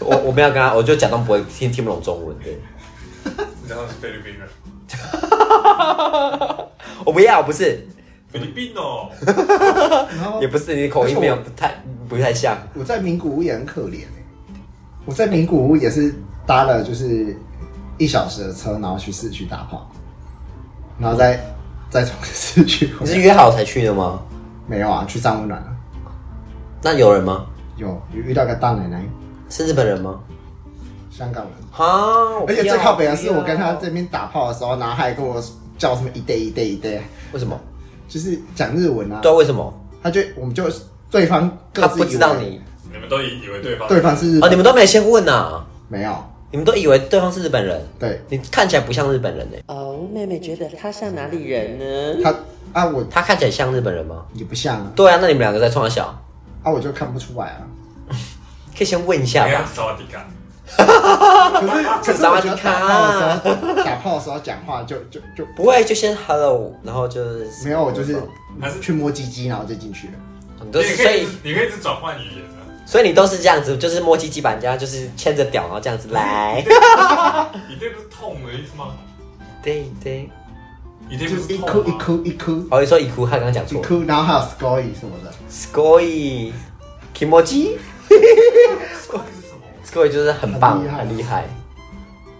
Speaker 2: 我我没有跟他，我就假装不会听听不懂中文，对。
Speaker 3: 你知道他是菲律宾人，
Speaker 2: 我不要，不是，
Speaker 3: 菲律宾哦，
Speaker 4: 然 后
Speaker 2: 也不是，你口音没有不太不太像。
Speaker 4: 我在名古屋也很可怜、欸、我在名古屋也是搭了就是一小时的车，然后去市区打炮，然后 再再从市区回
Speaker 2: 你是
Speaker 4: 来。
Speaker 2: 约好才去的吗？
Speaker 4: 没有啊，去三温暖了，
Speaker 2: 那有人吗？
Speaker 4: 有有遇到个大奶奶，
Speaker 2: 是日本人吗？
Speaker 4: 香港人。
Speaker 2: 啊！我不
Speaker 4: 而
Speaker 2: 要
Speaker 4: 且最靠北的是，
Speaker 2: 不要
Speaker 4: 我跟他这边打炮的时候，然后他还跟我叫什么一 day 一 day 一 day，
Speaker 2: 为什么？
Speaker 4: 就是讲日文啊
Speaker 2: 对。啊，为什么？
Speaker 4: 他就我们就对方各
Speaker 2: 他
Speaker 4: 自以
Speaker 2: 不
Speaker 4: 为
Speaker 2: 知道你
Speaker 3: 你们都以以为对方
Speaker 4: 对方是日
Speaker 2: 哦，
Speaker 4: 本
Speaker 2: 你们都没先问啊？
Speaker 4: 没有
Speaker 2: 你们都以为对方是日本人？
Speaker 4: 对
Speaker 2: 你看起来不像日本人欸呢、
Speaker 1: 哦，妹妹觉得他像哪里人呢？
Speaker 4: 他啊我
Speaker 2: 他看起来像日本人吗？
Speaker 4: 也不像啊
Speaker 2: 对啊，那你们两个在冲他小，
Speaker 4: 啊我就看不出来 啊。
Speaker 2: 可以先问一下
Speaker 3: 哎呀
Speaker 2: 吧。，
Speaker 3: 萨瓦迪卡，
Speaker 4: 可是可是
Speaker 2: 萨
Speaker 4: 我
Speaker 2: 瓦
Speaker 4: 觉
Speaker 2: 迪
Speaker 4: 得
Speaker 2: 卡
Speaker 4: 打炮的时候打炮的时候讲话就就就
Speaker 2: 不会，就先 hello，然后就是
Speaker 4: 没有，我就是
Speaker 3: 还是
Speaker 4: 去摸鸡鸡，然后就进去了。
Speaker 2: 你
Speaker 3: 你
Speaker 2: 都是
Speaker 3: 可
Speaker 2: 所
Speaker 3: 以
Speaker 2: 以
Speaker 3: 你可以一直转换语言啊，
Speaker 2: 所以你都是这样子，就是摸鸡鸡把人家就是牵着屌，然后这样子 来。
Speaker 3: 一定不是痛的意思吗？
Speaker 2: 对对，
Speaker 3: 一定
Speaker 4: 就
Speaker 3: 不
Speaker 4: 是
Speaker 3: 是
Speaker 4: 一哭
Speaker 3: 痛啊
Speaker 4: 一
Speaker 3: 吗？
Speaker 4: 哭一哭
Speaker 2: 哦，你说一哭，他刚刚讲
Speaker 4: 一
Speaker 2: 错。
Speaker 4: 哭，然后还有 s c o r y 什么的，
Speaker 2: Scoy k i m o j i
Speaker 3: 到底是什么？
Speaker 2: Scoy 就是很棒，
Speaker 4: 很厉害
Speaker 2: 很厉害。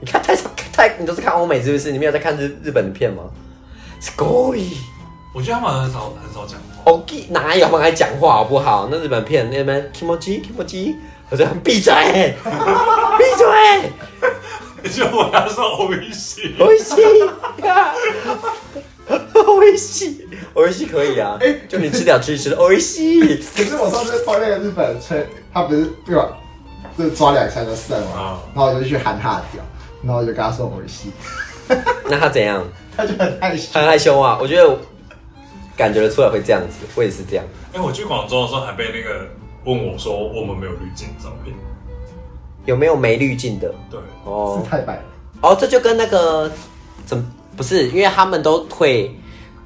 Speaker 2: 你看太少太，你都是看欧美是不是？你没有在看日日本的片吗？Scoy。
Speaker 3: 我觉得他们好像很少很少讲话，
Speaker 2: 哦，哪有他们爱讲话好不好？那日本片那边 kimoji kimoji，我就很闭嘴， 闭嘴，
Speaker 3: 就我要说欧米西，
Speaker 2: 我西， 我西，我西可以啊，
Speaker 4: 哎
Speaker 2: 就你吃掉吃一吃，我西，
Speaker 4: 可是我上次帮那个日本人吹，他不是对吧？就抓两下就射了
Speaker 3: 啊，
Speaker 4: 然后我就去喊他的屌，然后我就跟他说我西，
Speaker 2: 那他怎样？
Speaker 4: 他就很害羞。
Speaker 2: 很害羞啊，我觉得我感觉得出来会这样子，我也是这样，
Speaker 3: 哎、我去广州的时候还被那个问我说我们没有滤镜照片，
Speaker 2: 有没有没滤镜的？
Speaker 3: 对，
Speaker 2: 哦
Speaker 4: 是太白了，
Speaker 2: 哦，这就跟那个怎么不是，因为他们都会。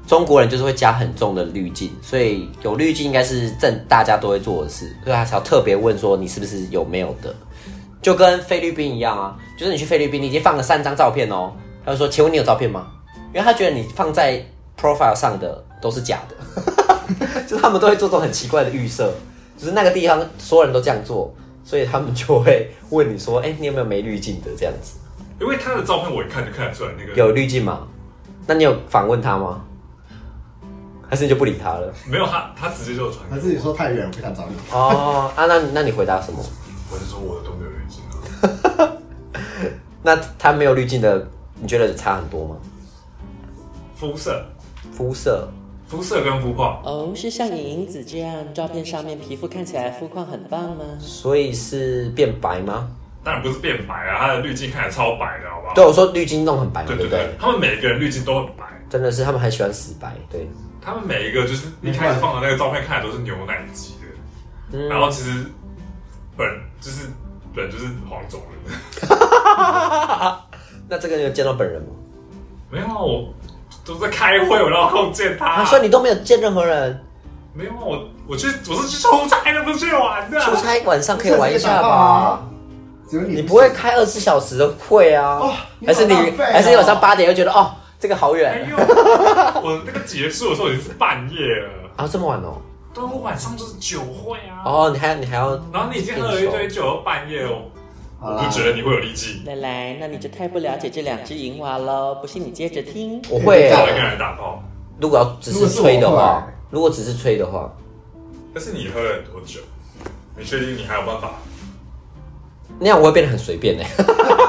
Speaker 2: 中国人就是会加很重的滤镜，所以有滤镜应该是正大家都会做的事，所以他才要特别问说你是不是有没有的，就跟菲律宾一样啊，就是你去菲律宾，你已经放了三张照片哦，他就说请问你有照片吗？因为他觉得你放在 profile 上的都是假的， 就是他们都会做这种很奇怪的预设，就是那个地方所有人都这样做，所以他们就会问你说，哎、你有没有没滤镜的这样子？
Speaker 3: 因为他的照片我一看就看得出来那个
Speaker 2: 有滤镜吗？那你有访问他吗？还是你就不理他了？
Speaker 3: 没有他，他直接就传给
Speaker 4: 还
Speaker 3: 我，
Speaker 4: 是你说太远，我不想找你。
Speaker 2: 哦，啊，那那你回答什么？
Speaker 3: 我就说我的都没有滤镜啊，
Speaker 2: 那他没有滤镜的，你觉得差很多吗？
Speaker 3: 肤色、
Speaker 2: 肤色，
Speaker 3: 肤色跟肤况，
Speaker 1: 哦，是像影影子这样，照片上面皮肤看起来肤况很棒吗？
Speaker 2: 所以是变白吗？
Speaker 3: 当然不是变白啊，他的滤镜看起来超白的，好不好？
Speaker 2: 对，我说滤镜弄很白嘛，
Speaker 3: 对
Speaker 2: 对
Speaker 3: 对
Speaker 2: 不对
Speaker 3: 对？，他们每个人滤镜都很白，
Speaker 2: 真的是他们很喜欢死白，对，
Speaker 3: 他们每一个就是一开始放的那个照片看起来都是牛奶肌的，
Speaker 2: 嗯
Speaker 3: 然后其实本就是本就是黄种人，
Speaker 2: 那这个你有见到本人吗？
Speaker 3: 没有啊我都在开会，我哪有空见他？
Speaker 2: 啊，所以你都没有见任何人，
Speaker 3: 没有啊我我去我是去出差的，不是去玩的。
Speaker 2: 出差晚上可以玩一
Speaker 4: 这是
Speaker 2: 下
Speaker 4: 个打炮
Speaker 2: 吧
Speaker 4: 啊？只有你
Speaker 2: 你不会开二十四小时的会啊？
Speaker 4: 哦你
Speaker 2: 还
Speaker 4: 好
Speaker 2: 是你
Speaker 4: 浪费哦
Speaker 2: 还是你晚上八点又觉得哦，这个好
Speaker 3: 哎
Speaker 2: 远
Speaker 3: 呦，我那个结束的时候已经是半夜了，
Speaker 2: 啊，这么晚哦？
Speaker 3: 对，我晚上就是酒会啊，
Speaker 2: 哦，你还你还要
Speaker 3: 然后你已经喝了一堆酒，到半夜哦，
Speaker 4: 好
Speaker 2: 嗯
Speaker 3: 我
Speaker 4: 啦
Speaker 3: 不觉得你会有力气，
Speaker 1: 奶奶，那你就太不了解这两只银娃喽。不信你接着听。
Speaker 2: 我会
Speaker 3: 叫
Speaker 2: 啊
Speaker 3: 人跟人打炮。
Speaker 2: 如果要只
Speaker 4: 如果
Speaker 2: 是
Speaker 4: 是
Speaker 2: 吹的
Speaker 4: 我
Speaker 2: 话
Speaker 4: 会，
Speaker 2: 如果只是吹的话，
Speaker 3: 但是你喝了多久？你确定你还有办法？
Speaker 2: 那样我会变得很随便呢、欸。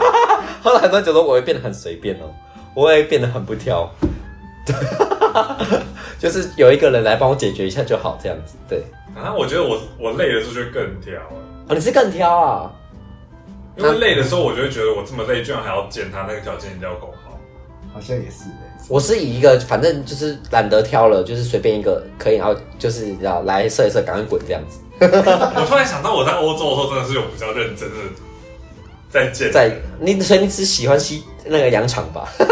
Speaker 2: 喝了很多酒之后，我会变得很随便哦，我会变得很不挑， 就是有一个人来帮我解决一下就好，这样子。对，
Speaker 3: 反啊正我觉得我我累的时候就会更挑了，
Speaker 2: 哦，你是更挑啊？
Speaker 3: 因为累的时候我就会觉得我这么累，居然还要践他那个条件一定要够好。
Speaker 4: 好像也是哎、
Speaker 2: 我是以一个反正就是懒得挑了，就是随便一个可以，然后就是你知道来射一射，赶快滚这样子。
Speaker 3: 我突然想到，我在欧洲的时候真的是有比较认真的在健，
Speaker 2: 在你所以你只喜欢西那个羊场吧？
Speaker 3: 那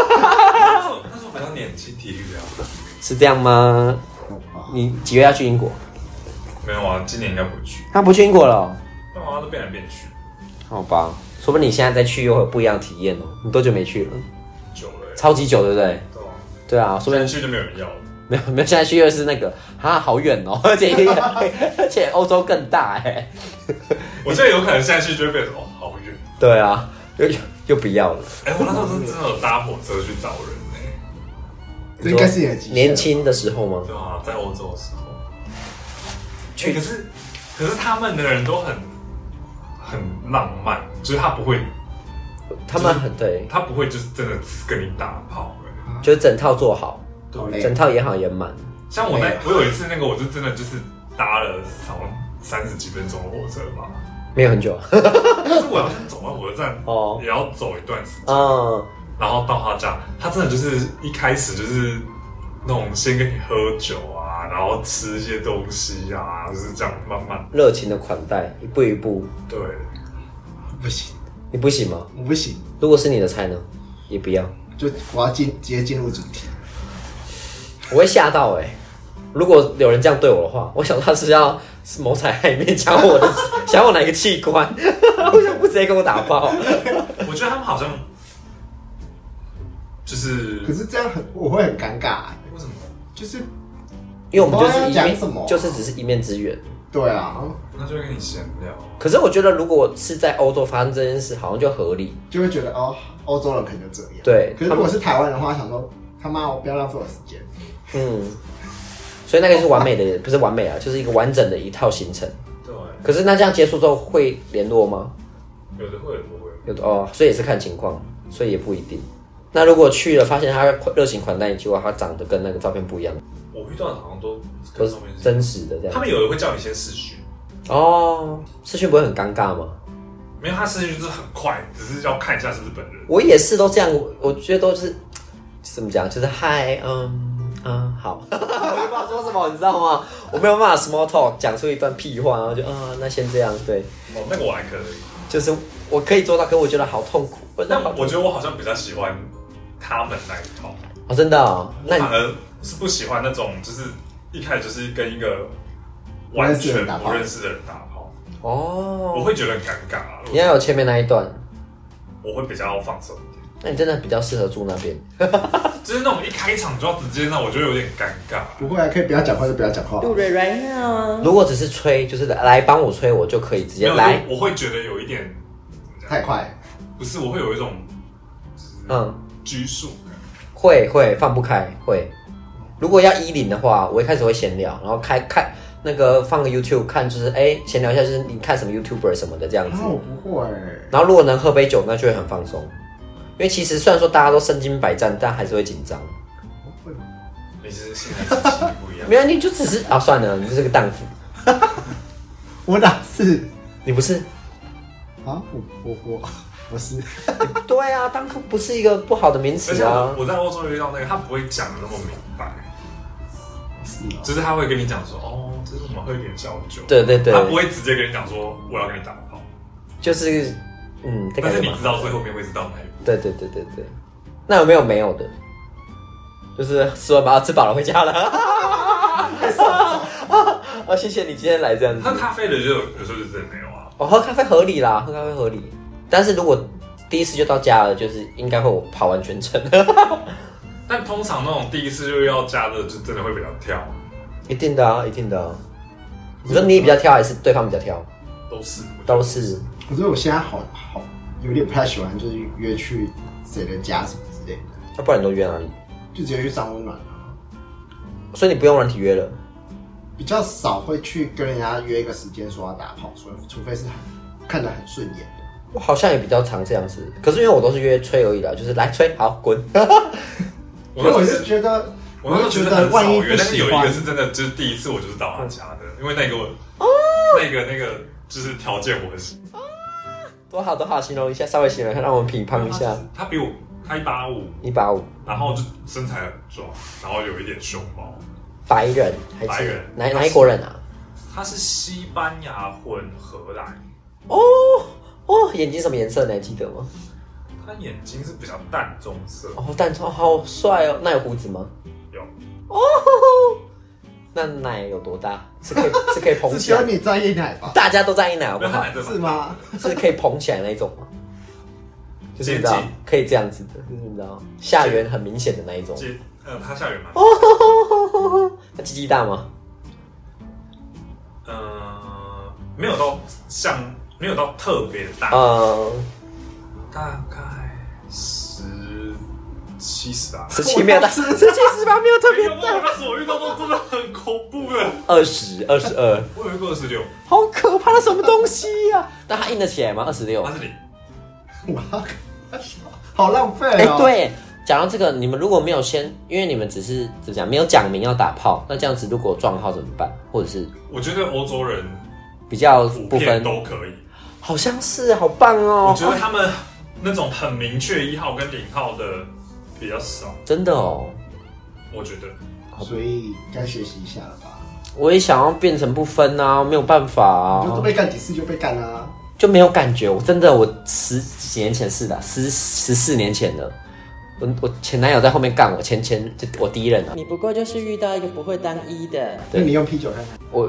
Speaker 3: 时候那时候比较年轻，体力比较好。
Speaker 2: 是这样吗？你几月要去英国？
Speaker 3: 没有啊，今年应该不会去，
Speaker 2: 他不去英国了哦、
Speaker 3: 但我好像都变来变去，
Speaker 2: 好吧，说不定你现在再去又会有不一样的体验哦。你多久没去了？
Speaker 3: 久了欸。
Speaker 2: 超级久，对不对？
Speaker 3: 对啊
Speaker 2: 对啊，说不
Speaker 3: 现在
Speaker 2: 定
Speaker 3: 去就没有人要了。
Speaker 2: 没有没有，现在去又是那个啊，好远哦， 而且而且欧洲更大哎。
Speaker 3: 我觉得有可能现在去就会变成哦，好远。
Speaker 2: 对啊，又又又不要了。
Speaker 3: 哎、我那时候真的真的有搭火车去找人欸呢、
Speaker 4: 这应该是你的极限
Speaker 2: 年轻的时候吗？
Speaker 3: 对啊，在欧洲的时候，去、可是可是他们的人都很很浪漫，就是他不会
Speaker 2: 他们很对，
Speaker 3: 他不会就是真的跟你打炮、欸。
Speaker 2: 就是整套做好，
Speaker 4: 好累
Speaker 2: 整套演好演满。
Speaker 3: 像我那
Speaker 4: 对
Speaker 3: 我有一次那个，我就真的就是搭了好像三十几分钟的火车吧，
Speaker 2: 没有很久，
Speaker 3: 但是我要先走到火车站，
Speaker 2: 哦
Speaker 3: 也要走一段时间，
Speaker 2: 嗯，
Speaker 3: 然后到他家，他真的就是一开始就是那种先跟你喝酒啊，然后吃一些东西啊，就是这样慢慢
Speaker 2: 热情的款待，一步一步，
Speaker 3: 对。
Speaker 4: 不行，
Speaker 2: 你不行吗？
Speaker 4: 我不行，
Speaker 2: 如果是你的菜呢，也不要，
Speaker 4: 就我要进直接进入主题。
Speaker 2: 我会吓到哎、如果有人这样对我的话，我想他是要 是谋财害命，抢我的， 抢我哪个器官？ 为什么不直接跟我打爆？
Speaker 3: 我觉得他们好像就是
Speaker 4: 可是这样很我会很尴尬、欸，
Speaker 3: 为什么？
Speaker 4: 就是
Speaker 2: 因为我们就是一
Speaker 4: 我不知道要
Speaker 2: 面
Speaker 4: 讲什么啊
Speaker 2: 就是只是一面之缘。
Speaker 4: 对啊，
Speaker 3: 那就会跟你闲聊。啊
Speaker 2: 可是我觉得，如果是在欧洲发生这件事，好像就合理。
Speaker 4: 就会觉得哦，欧洲人可能就这样。
Speaker 2: 对
Speaker 4: 可是如果是台湾的话，想说他妈我不要浪费我时间。
Speaker 2: 嗯，所以那个是完美的，不是完美啊，就是一个完整的一套行程。
Speaker 3: 对，
Speaker 2: 可是那这样结束之后会联络吗？
Speaker 3: 有的会，有的不会。
Speaker 2: 有的哦，所以也是看情况，所以也不一定。那如果去了发现他热情款待你，结果他长得跟那个照片不一样，
Speaker 3: 我遇到的好像都
Speaker 2: 都
Speaker 3: 跟
Speaker 2: 是
Speaker 3: 上面是
Speaker 2: 真实的这样
Speaker 3: 他。们有的会叫你先试训，
Speaker 2: 哦，视讯不会很尴尬吗？
Speaker 3: 没有他试训就是很快，只是要看一下是不是本人。
Speaker 2: 我也是都这样，我我觉得都是怎么讲，就是嗨，嗯嗯，好， 我就不知道说什么，你知道吗？我没有办法 small talk 讲出一段屁话，然后就嗯，那先这样，对，
Speaker 3: 哦，那个我还可以，
Speaker 2: 就是我可以做到，可我觉得好痛苦，我觉得
Speaker 3: 但
Speaker 2: 好痛苦
Speaker 3: 我觉得我好像比较喜欢他们那一套，
Speaker 2: 哦，真的、哦，那
Speaker 3: 反
Speaker 2: 你
Speaker 3: 而是不喜欢那种就是一开始就是跟一个完全不认识的人打炮，我
Speaker 2: 哦，
Speaker 3: 会觉得很尴尬啊。
Speaker 2: 你要有前面那一段，
Speaker 3: 我会比较放松一点，
Speaker 2: 那你真的比较适合住那边，
Speaker 3: 就是那种一开场就要直接，那我就有点尴尬。
Speaker 4: 不会啊，可以不要讲话就不要讲话。
Speaker 1: 瑞瑞呢？
Speaker 2: 如果只是吹，就是来帮我吹，我就可以直
Speaker 3: 没
Speaker 2: 接
Speaker 3: 有，
Speaker 2: 来，
Speaker 3: 我会觉得有一点怎么讲
Speaker 4: 太快，
Speaker 3: 不是，我会有一种就是
Speaker 2: 嗯。
Speaker 3: 拘束感。
Speaker 2: 会会放不开，会。如果要衣领的话，我一开始会闲聊，然后开看那个放个 YouTube 看，就是哎闲聊一下，就是你看什么 YouTuber 什么的这样
Speaker 4: 然
Speaker 2: 子
Speaker 3: 啊
Speaker 4: 后。我不会、
Speaker 2: 然后如果能喝杯酒，那就会很放松。因为其实虽然说大家都身经百战，但还是会紧张。
Speaker 3: 你是现在自己不一样，
Speaker 2: 没有，你就只是啊，算了，你就是个荡妇，
Speaker 4: 我哪是
Speaker 2: 你不是？
Speaker 4: 啊？我我我我是
Speaker 2: 对啊，荡妇不是一个不好的名
Speaker 3: 而
Speaker 2: 词
Speaker 3: 且
Speaker 2: 啊
Speaker 3: 我。我在欧洲遇到那个，他不会讲的那么明白，
Speaker 4: 是哦
Speaker 3: 就是他会跟你讲说，哦，这是我们喝一点小酒，
Speaker 2: 对对对
Speaker 3: 他，不会直接跟你讲说我要跟你打炮，
Speaker 2: 就是嗯，这
Speaker 3: 但
Speaker 2: 感
Speaker 3: 是
Speaker 2: 觉
Speaker 3: 你
Speaker 2: 蛮
Speaker 3: 知道最后面会知道哪一 步。
Speaker 2: 对对对对对，那有没有没有的？就是吃完把它吃饱了回家了。 啊，谢谢你今天来这样子
Speaker 3: 喝。咖啡的就有有时候就真的没有啊，
Speaker 2: 哦我、喝咖啡合理啦，喝咖啡合理。但是如果第一次就到家了，就是应该会我跑完全程，
Speaker 3: 但通常那种第一次就要加的，就真的会比较跳，
Speaker 2: 一定的啊，一定的、啊。你说你比较挑还是对方比较挑？
Speaker 3: 都是我觉得
Speaker 2: 都是。
Speaker 4: 可是我现在好好有点不太喜欢，就是约去谁的家什么之类的，
Speaker 2: 那不然你都约哪里？
Speaker 4: 就直接去上温暖啊，
Speaker 2: 所以你不用软体约了。
Speaker 4: 比较少会去跟人家约一个时间说要打炮，除除非是很看得很顺眼的。
Speaker 2: 我好像也比较常这样子，可是因为我都是约吹而已啦，就是来吹，好滚。
Speaker 3: 我
Speaker 4: 所以我
Speaker 3: 那时
Speaker 4: 是
Speaker 3: 候
Speaker 4: 觉得，
Speaker 3: 我那时
Speaker 4: 就
Speaker 3: 候觉
Speaker 4: 觉
Speaker 3: 得
Speaker 4: 得
Speaker 3: 很
Speaker 4: 万
Speaker 3: 少
Speaker 4: 一
Speaker 3: 约，
Speaker 4: 不
Speaker 3: 但是
Speaker 4: 喜
Speaker 3: 有一个
Speaker 4: 欢，
Speaker 3: 是真的，就是第一次我就是到他家的，因为那个我那个那个就是条件我很喜欢
Speaker 2: 多好多好，形容一下，稍微形容一下，让我们评判一下。
Speaker 3: 他比我他一八五，
Speaker 2: 一八五，
Speaker 3: 然后就身材很壮，然后有一点熊猫，
Speaker 2: 白人还
Speaker 3: 白
Speaker 2: 是
Speaker 3: 人
Speaker 2: 哪哪一国人啊？
Speaker 3: 他是西班牙混荷兰，
Speaker 2: 哦哦，眼睛什么颜色？你还记得吗？
Speaker 3: 他眼睛是比较淡棕色，
Speaker 2: 哦，但哦，好帅哦！那有胡子吗？
Speaker 3: 有
Speaker 2: 哦，那奶有多大？是可以 是可以捧
Speaker 4: 只
Speaker 2: 起
Speaker 4: 需要
Speaker 2: 来？
Speaker 4: 你在意奶吧？
Speaker 2: 大家都在意奶好
Speaker 3: 没
Speaker 2: 不
Speaker 3: 有他
Speaker 2: 好
Speaker 3: 奶？真的
Speaker 4: 是吗？
Speaker 2: 是可以捧起来那一种吗？就是你知
Speaker 3: 接
Speaker 2: 道
Speaker 3: 近
Speaker 2: 可以这样子的，就是你知道下缘很明显的那一种。
Speaker 3: 接呃他下雨蛮，
Speaker 2: 那鸡鸡大吗？
Speaker 3: 呃没有到像没有到特别大，
Speaker 2: 呃，
Speaker 3: 大概十七十吧。
Speaker 2: 十七秒 大，十七十八没有特
Speaker 3: 没
Speaker 2: 别
Speaker 3: 有，我那时候遇到都真的很恐怖的，
Speaker 2: 二十二十二，
Speaker 3: 我有一个二十六，
Speaker 2: 好可怕的什么东西呀、 但它硬得起来吗？二十六
Speaker 3: 他？是零，
Speaker 4: 哇，好浪费
Speaker 2: 哎、
Speaker 4: 哦！，
Speaker 2: 对，讲到这个，你们如果没有先，因为你们只是怎么讲，没有讲明要打炮，那这样子如果撞号怎么办？或者是
Speaker 3: 我觉得欧洲人
Speaker 2: 比较
Speaker 3: 普
Speaker 2: 不分
Speaker 3: 遍，都可以，
Speaker 2: 好像是，好棒
Speaker 3: 我
Speaker 2: 哦，
Speaker 3: 觉得他们那种很明确一号跟零号的比较少，
Speaker 2: 真的哦，
Speaker 3: 我觉得。
Speaker 4: 所以该学习一下了吧？
Speaker 2: 我也想要变成不分啊，没有办法
Speaker 4: 你
Speaker 2: 啊
Speaker 4: 就
Speaker 3: 哎
Speaker 4: 多，被干几次就被干啊。
Speaker 2: 就没有感觉。我真的，我十几年前是的，十十四年前的。我我前男友在后面干我，前前就我第一任啊，
Speaker 1: 你不过就是遇到一个不会当一的，
Speaker 2: 对
Speaker 4: 那你用啤酒看看，
Speaker 2: 我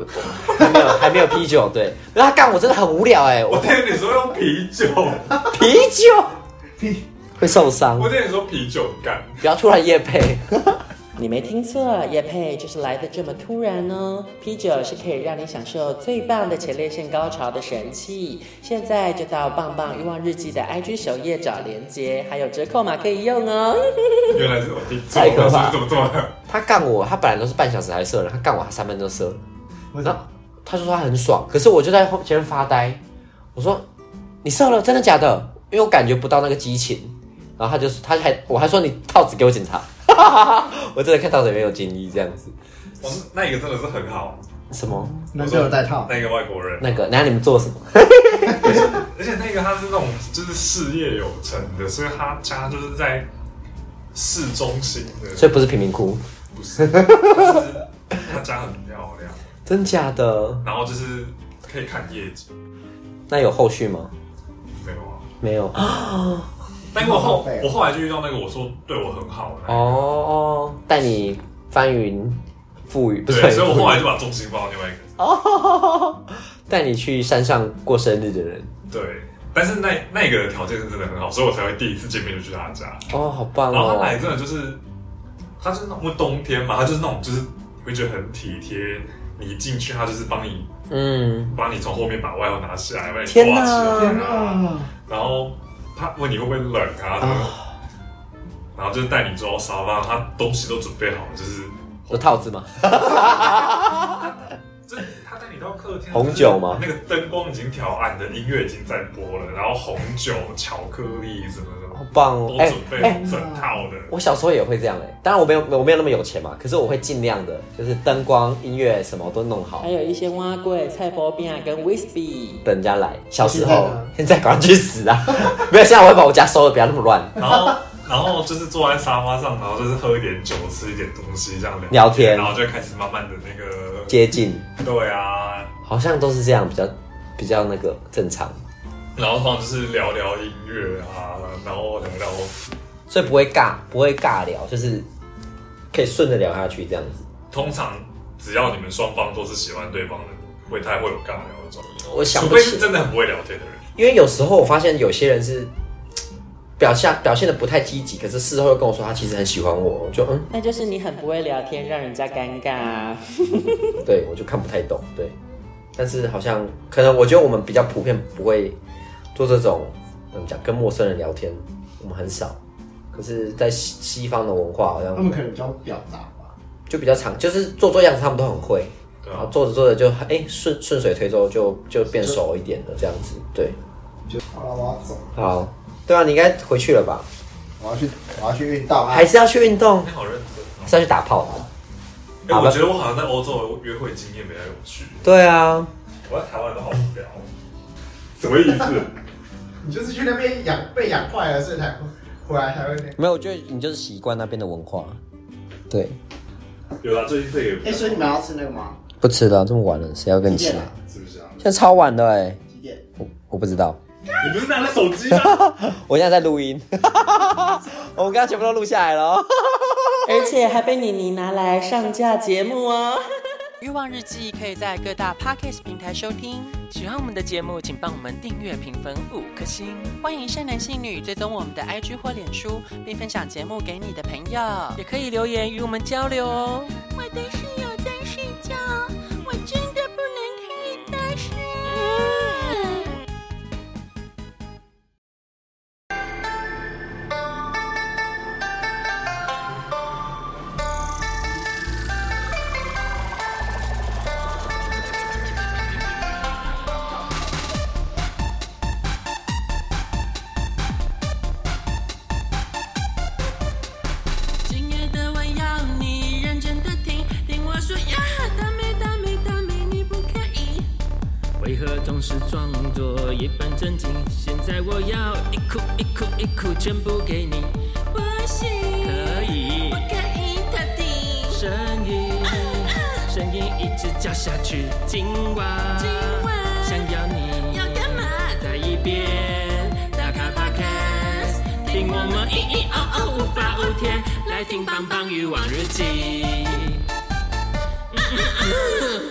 Speaker 2: 我还没有 还没有啤酒，对，然后他干我真的很无聊哎、
Speaker 3: 我
Speaker 2: 我
Speaker 3: 听你说用啤酒，
Speaker 2: 啤酒
Speaker 4: 啤
Speaker 2: 会受伤
Speaker 3: 我，听你说啤酒干，
Speaker 2: 不要突然夜配。
Speaker 1: 你没听错，叶配就是来的这么突然哦。啤酒是可以让你享受最棒的前列腺高潮的神器，现在就到棒棒欲望日记的 IG 首页找连接，还有折扣码可以用哦。
Speaker 3: 原来是我听错
Speaker 2: 太可怕
Speaker 3: 了，是不是怎么这么？
Speaker 2: 他干我，他本来都是半小时才射的，他干我他三分钟射了，
Speaker 4: 为什
Speaker 2: 然后
Speaker 4: 么？
Speaker 2: 他就说他很爽，可是我就在后前面发呆，我说你射了真的假的？因为我感觉不到那个激情，然后他就是他还我还说你套子给我检查， 我真的看套子里面有精液这样子，
Speaker 3: 我说那一个真的是很好，
Speaker 2: 什么
Speaker 4: 难得有戴套，
Speaker 3: 哦那个外国人，
Speaker 2: 那个，然后你们做什么？
Speaker 3: 而且那个他是那种就是事业有成的，所以他家就是在市中心的，
Speaker 2: 所以不是贫民窟，
Speaker 3: 不是，就是他家很漂亮，
Speaker 2: 真假的？
Speaker 3: 然后就是可以看夜景，
Speaker 2: 那有后续吗？
Speaker 3: 没有啊。
Speaker 2: 没有
Speaker 3: 但我
Speaker 4: 好
Speaker 3: 后
Speaker 4: 浪费哦
Speaker 3: 我后来就遇到那个我说对我很好的，
Speaker 2: 哦，带你翻云覆雨，不是翻
Speaker 3: 对，
Speaker 2: 云
Speaker 3: 所以我
Speaker 2: 覆
Speaker 3: 后来
Speaker 2: 雨
Speaker 3: 就把重心放到另外一个，
Speaker 2: 哦，带你去山上过生日的人。
Speaker 3: 对。但是那那个的条件是真的很好，所以我才会第一次见面就去他家。
Speaker 2: 哦，好棒
Speaker 3: 然后他
Speaker 2: 哦！
Speaker 3: 来真的就是，他就是那种因为冬天嘛，他就是那种就是你会觉得很体贴，你一进去他就是帮你
Speaker 2: 嗯，
Speaker 3: 帮你从后面把外套拿起来，帮你挂起
Speaker 2: 天哪
Speaker 3: 来啊，
Speaker 4: 啊，
Speaker 3: 然后他问你会不会冷啊什么的，然后就是带你坐到沙发，他东西都准备好了，就是
Speaker 2: 有套子吗？
Speaker 3: 就是他带你到客厅，
Speaker 2: 红酒吗
Speaker 3: 那个灯光已经调暗的，音乐已经在播了，然后红酒、巧克力什么什
Speaker 2: 好
Speaker 3: 么，
Speaker 2: 棒哦
Speaker 3: 都！
Speaker 2: 哎
Speaker 3: 准备
Speaker 2: 哎，
Speaker 3: 整套的。
Speaker 2: 我小时候也会这样哎，当然我没有我没有那么有钱嘛，可是我会尽量的，就是灯光、音乐什么都弄好
Speaker 4: 哎
Speaker 1: 还，有一些蛙柜、菜包饼啊跟 whisky。
Speaker 2: 等人家来。小时
Speaker 4: 现
Speaker 2: 候
Speaker 4: 在呢，
Speaker 2: 现在赶快去死啊！ 没有，现在我会把我家收的不要那么乱，
Speaker 3: 然后，然后就是坐在沙发上，然后就是喝一点酒，吃一点东西，这样聊
Speaker 2: 聊天
Speaker 3: 然后就开始慢慢的那个，
Speaker 2: 接近
Speaker 3: 对啊，
Speaker 2: 好像都是这样，比较比较那个正常，
Speaker 3: 然后通常就是聊聊音乐啊，然后聊聊，
Speaker 2: 所以不会尬，不会尬聊，就是可以顺着聊下去这样子。
Speaker 3: 通常只要你们双方都是喜欢对方的，不会太会有尬聊的状态，
Speaker 2: 我想
Speaker 3: 除
Speaker 2: 不
Speaker 3: 非是
Speaker 2: 起，
Speaker 3: 真的很不会聊天的人。
Speaker 2: 因为有时候我发现有些人是表现表现的不太积极，可是事后又跟我说他其实很喜欢我，我就嗯，
Speaker 1: 那就是你很不会聊天，让人家尴尬。
Speaker 2: 对我就看不太懂，对。但是好像可能我觉得我们比较普遍不会做这种怎么讲跟陌生人聊天，我们很少。可是，在西西方的文化好
Speaker 4: 他
Speaker 2: 像
Speaker 4: 们可能比较表达吧，
Speaker 2: 就比较常，就是做做样子他们都很会，
Speaker 3: 对
Speaker 2: 然后
Speaker 3: 啊，
Speaker 2: 做着做着就哎顺顺水推舟就就变熟一点了这样子，对。
Speaker 4: 就好了，我要走，
Speaker 2: 好，对啊，你应该回去了吧？
Speaker 4: 我要去，我要去运动啊，
Speaker 2: 还是要去运动
Speaker 3: 你，好认真哦。
Speaker 2: 是要去打炮的。
Speaker 3: 哎、
Speaker 2: 好吧
Speaker 3: 我觉得我好像在欧洲的约会经验比较有趣，
Speaker 2: 对啊，
Speaker 3: 我在台湾都好无聊。什么意思？
Speaker 4: 你就是去那边养被养坏了，所以才回来才会那。
Speaker 2: 没有，我觉得你就是习惯那边的文化。对，
Speaker 3: 有啦，最近这个也不
Speaker 4: 哎、所以你们要吃那个吗？
Speaker 2: 不吃了，这么晚了，谁要跟你
Speaker 4: 几
Speaker 2: 吃？
Speaker 4: 点
Speaker 2: 现
Speaker 4: 啊？
Speaker 3: 是不是啊？
Speaker 2: 在超晚了哎、
Speaker 4: 几点？
Speaker 2: 我我不知道，
Speaker 3: 你不是拿了手机吗？
Speaker 2: 我现在在录音， 我们刚刚全部都录下来了哦。
Speaker 1: 而且还被妮妮拿来上架节目哦。欲望日记可以在各大 podcast 平台收听。喜欢我们的节目，请帮我们订阅、评分五颗星。欢迎善男信女追踪我们的 IG 或脸书，并分享节目给你的朋友，也可以留言与我们交流哦。
Speaker 5: 我的室友在睡觉，我真的不能开大声。今夜的我要你认真的听，听我说呀，大美大美大美，你不可以。
Speaker 1: 为何总是装作一本正经？现在我要一哭一哭一哭，全部给你，
Speaker 5: 不行，
Speaker 1: 可以
Speaker 5: 不可以他听。
Speaker 1: 声音，声音一直叫下去，今晚，
Speaker 5: 今晚
Speaker 1: 想要你
Speaker 5: 要干嘛？
Speaker 1: 再一遍，打开 Podcast，听我们咿咿哦哦无法无天，来听棒棒与往日记。嗯嗯嗯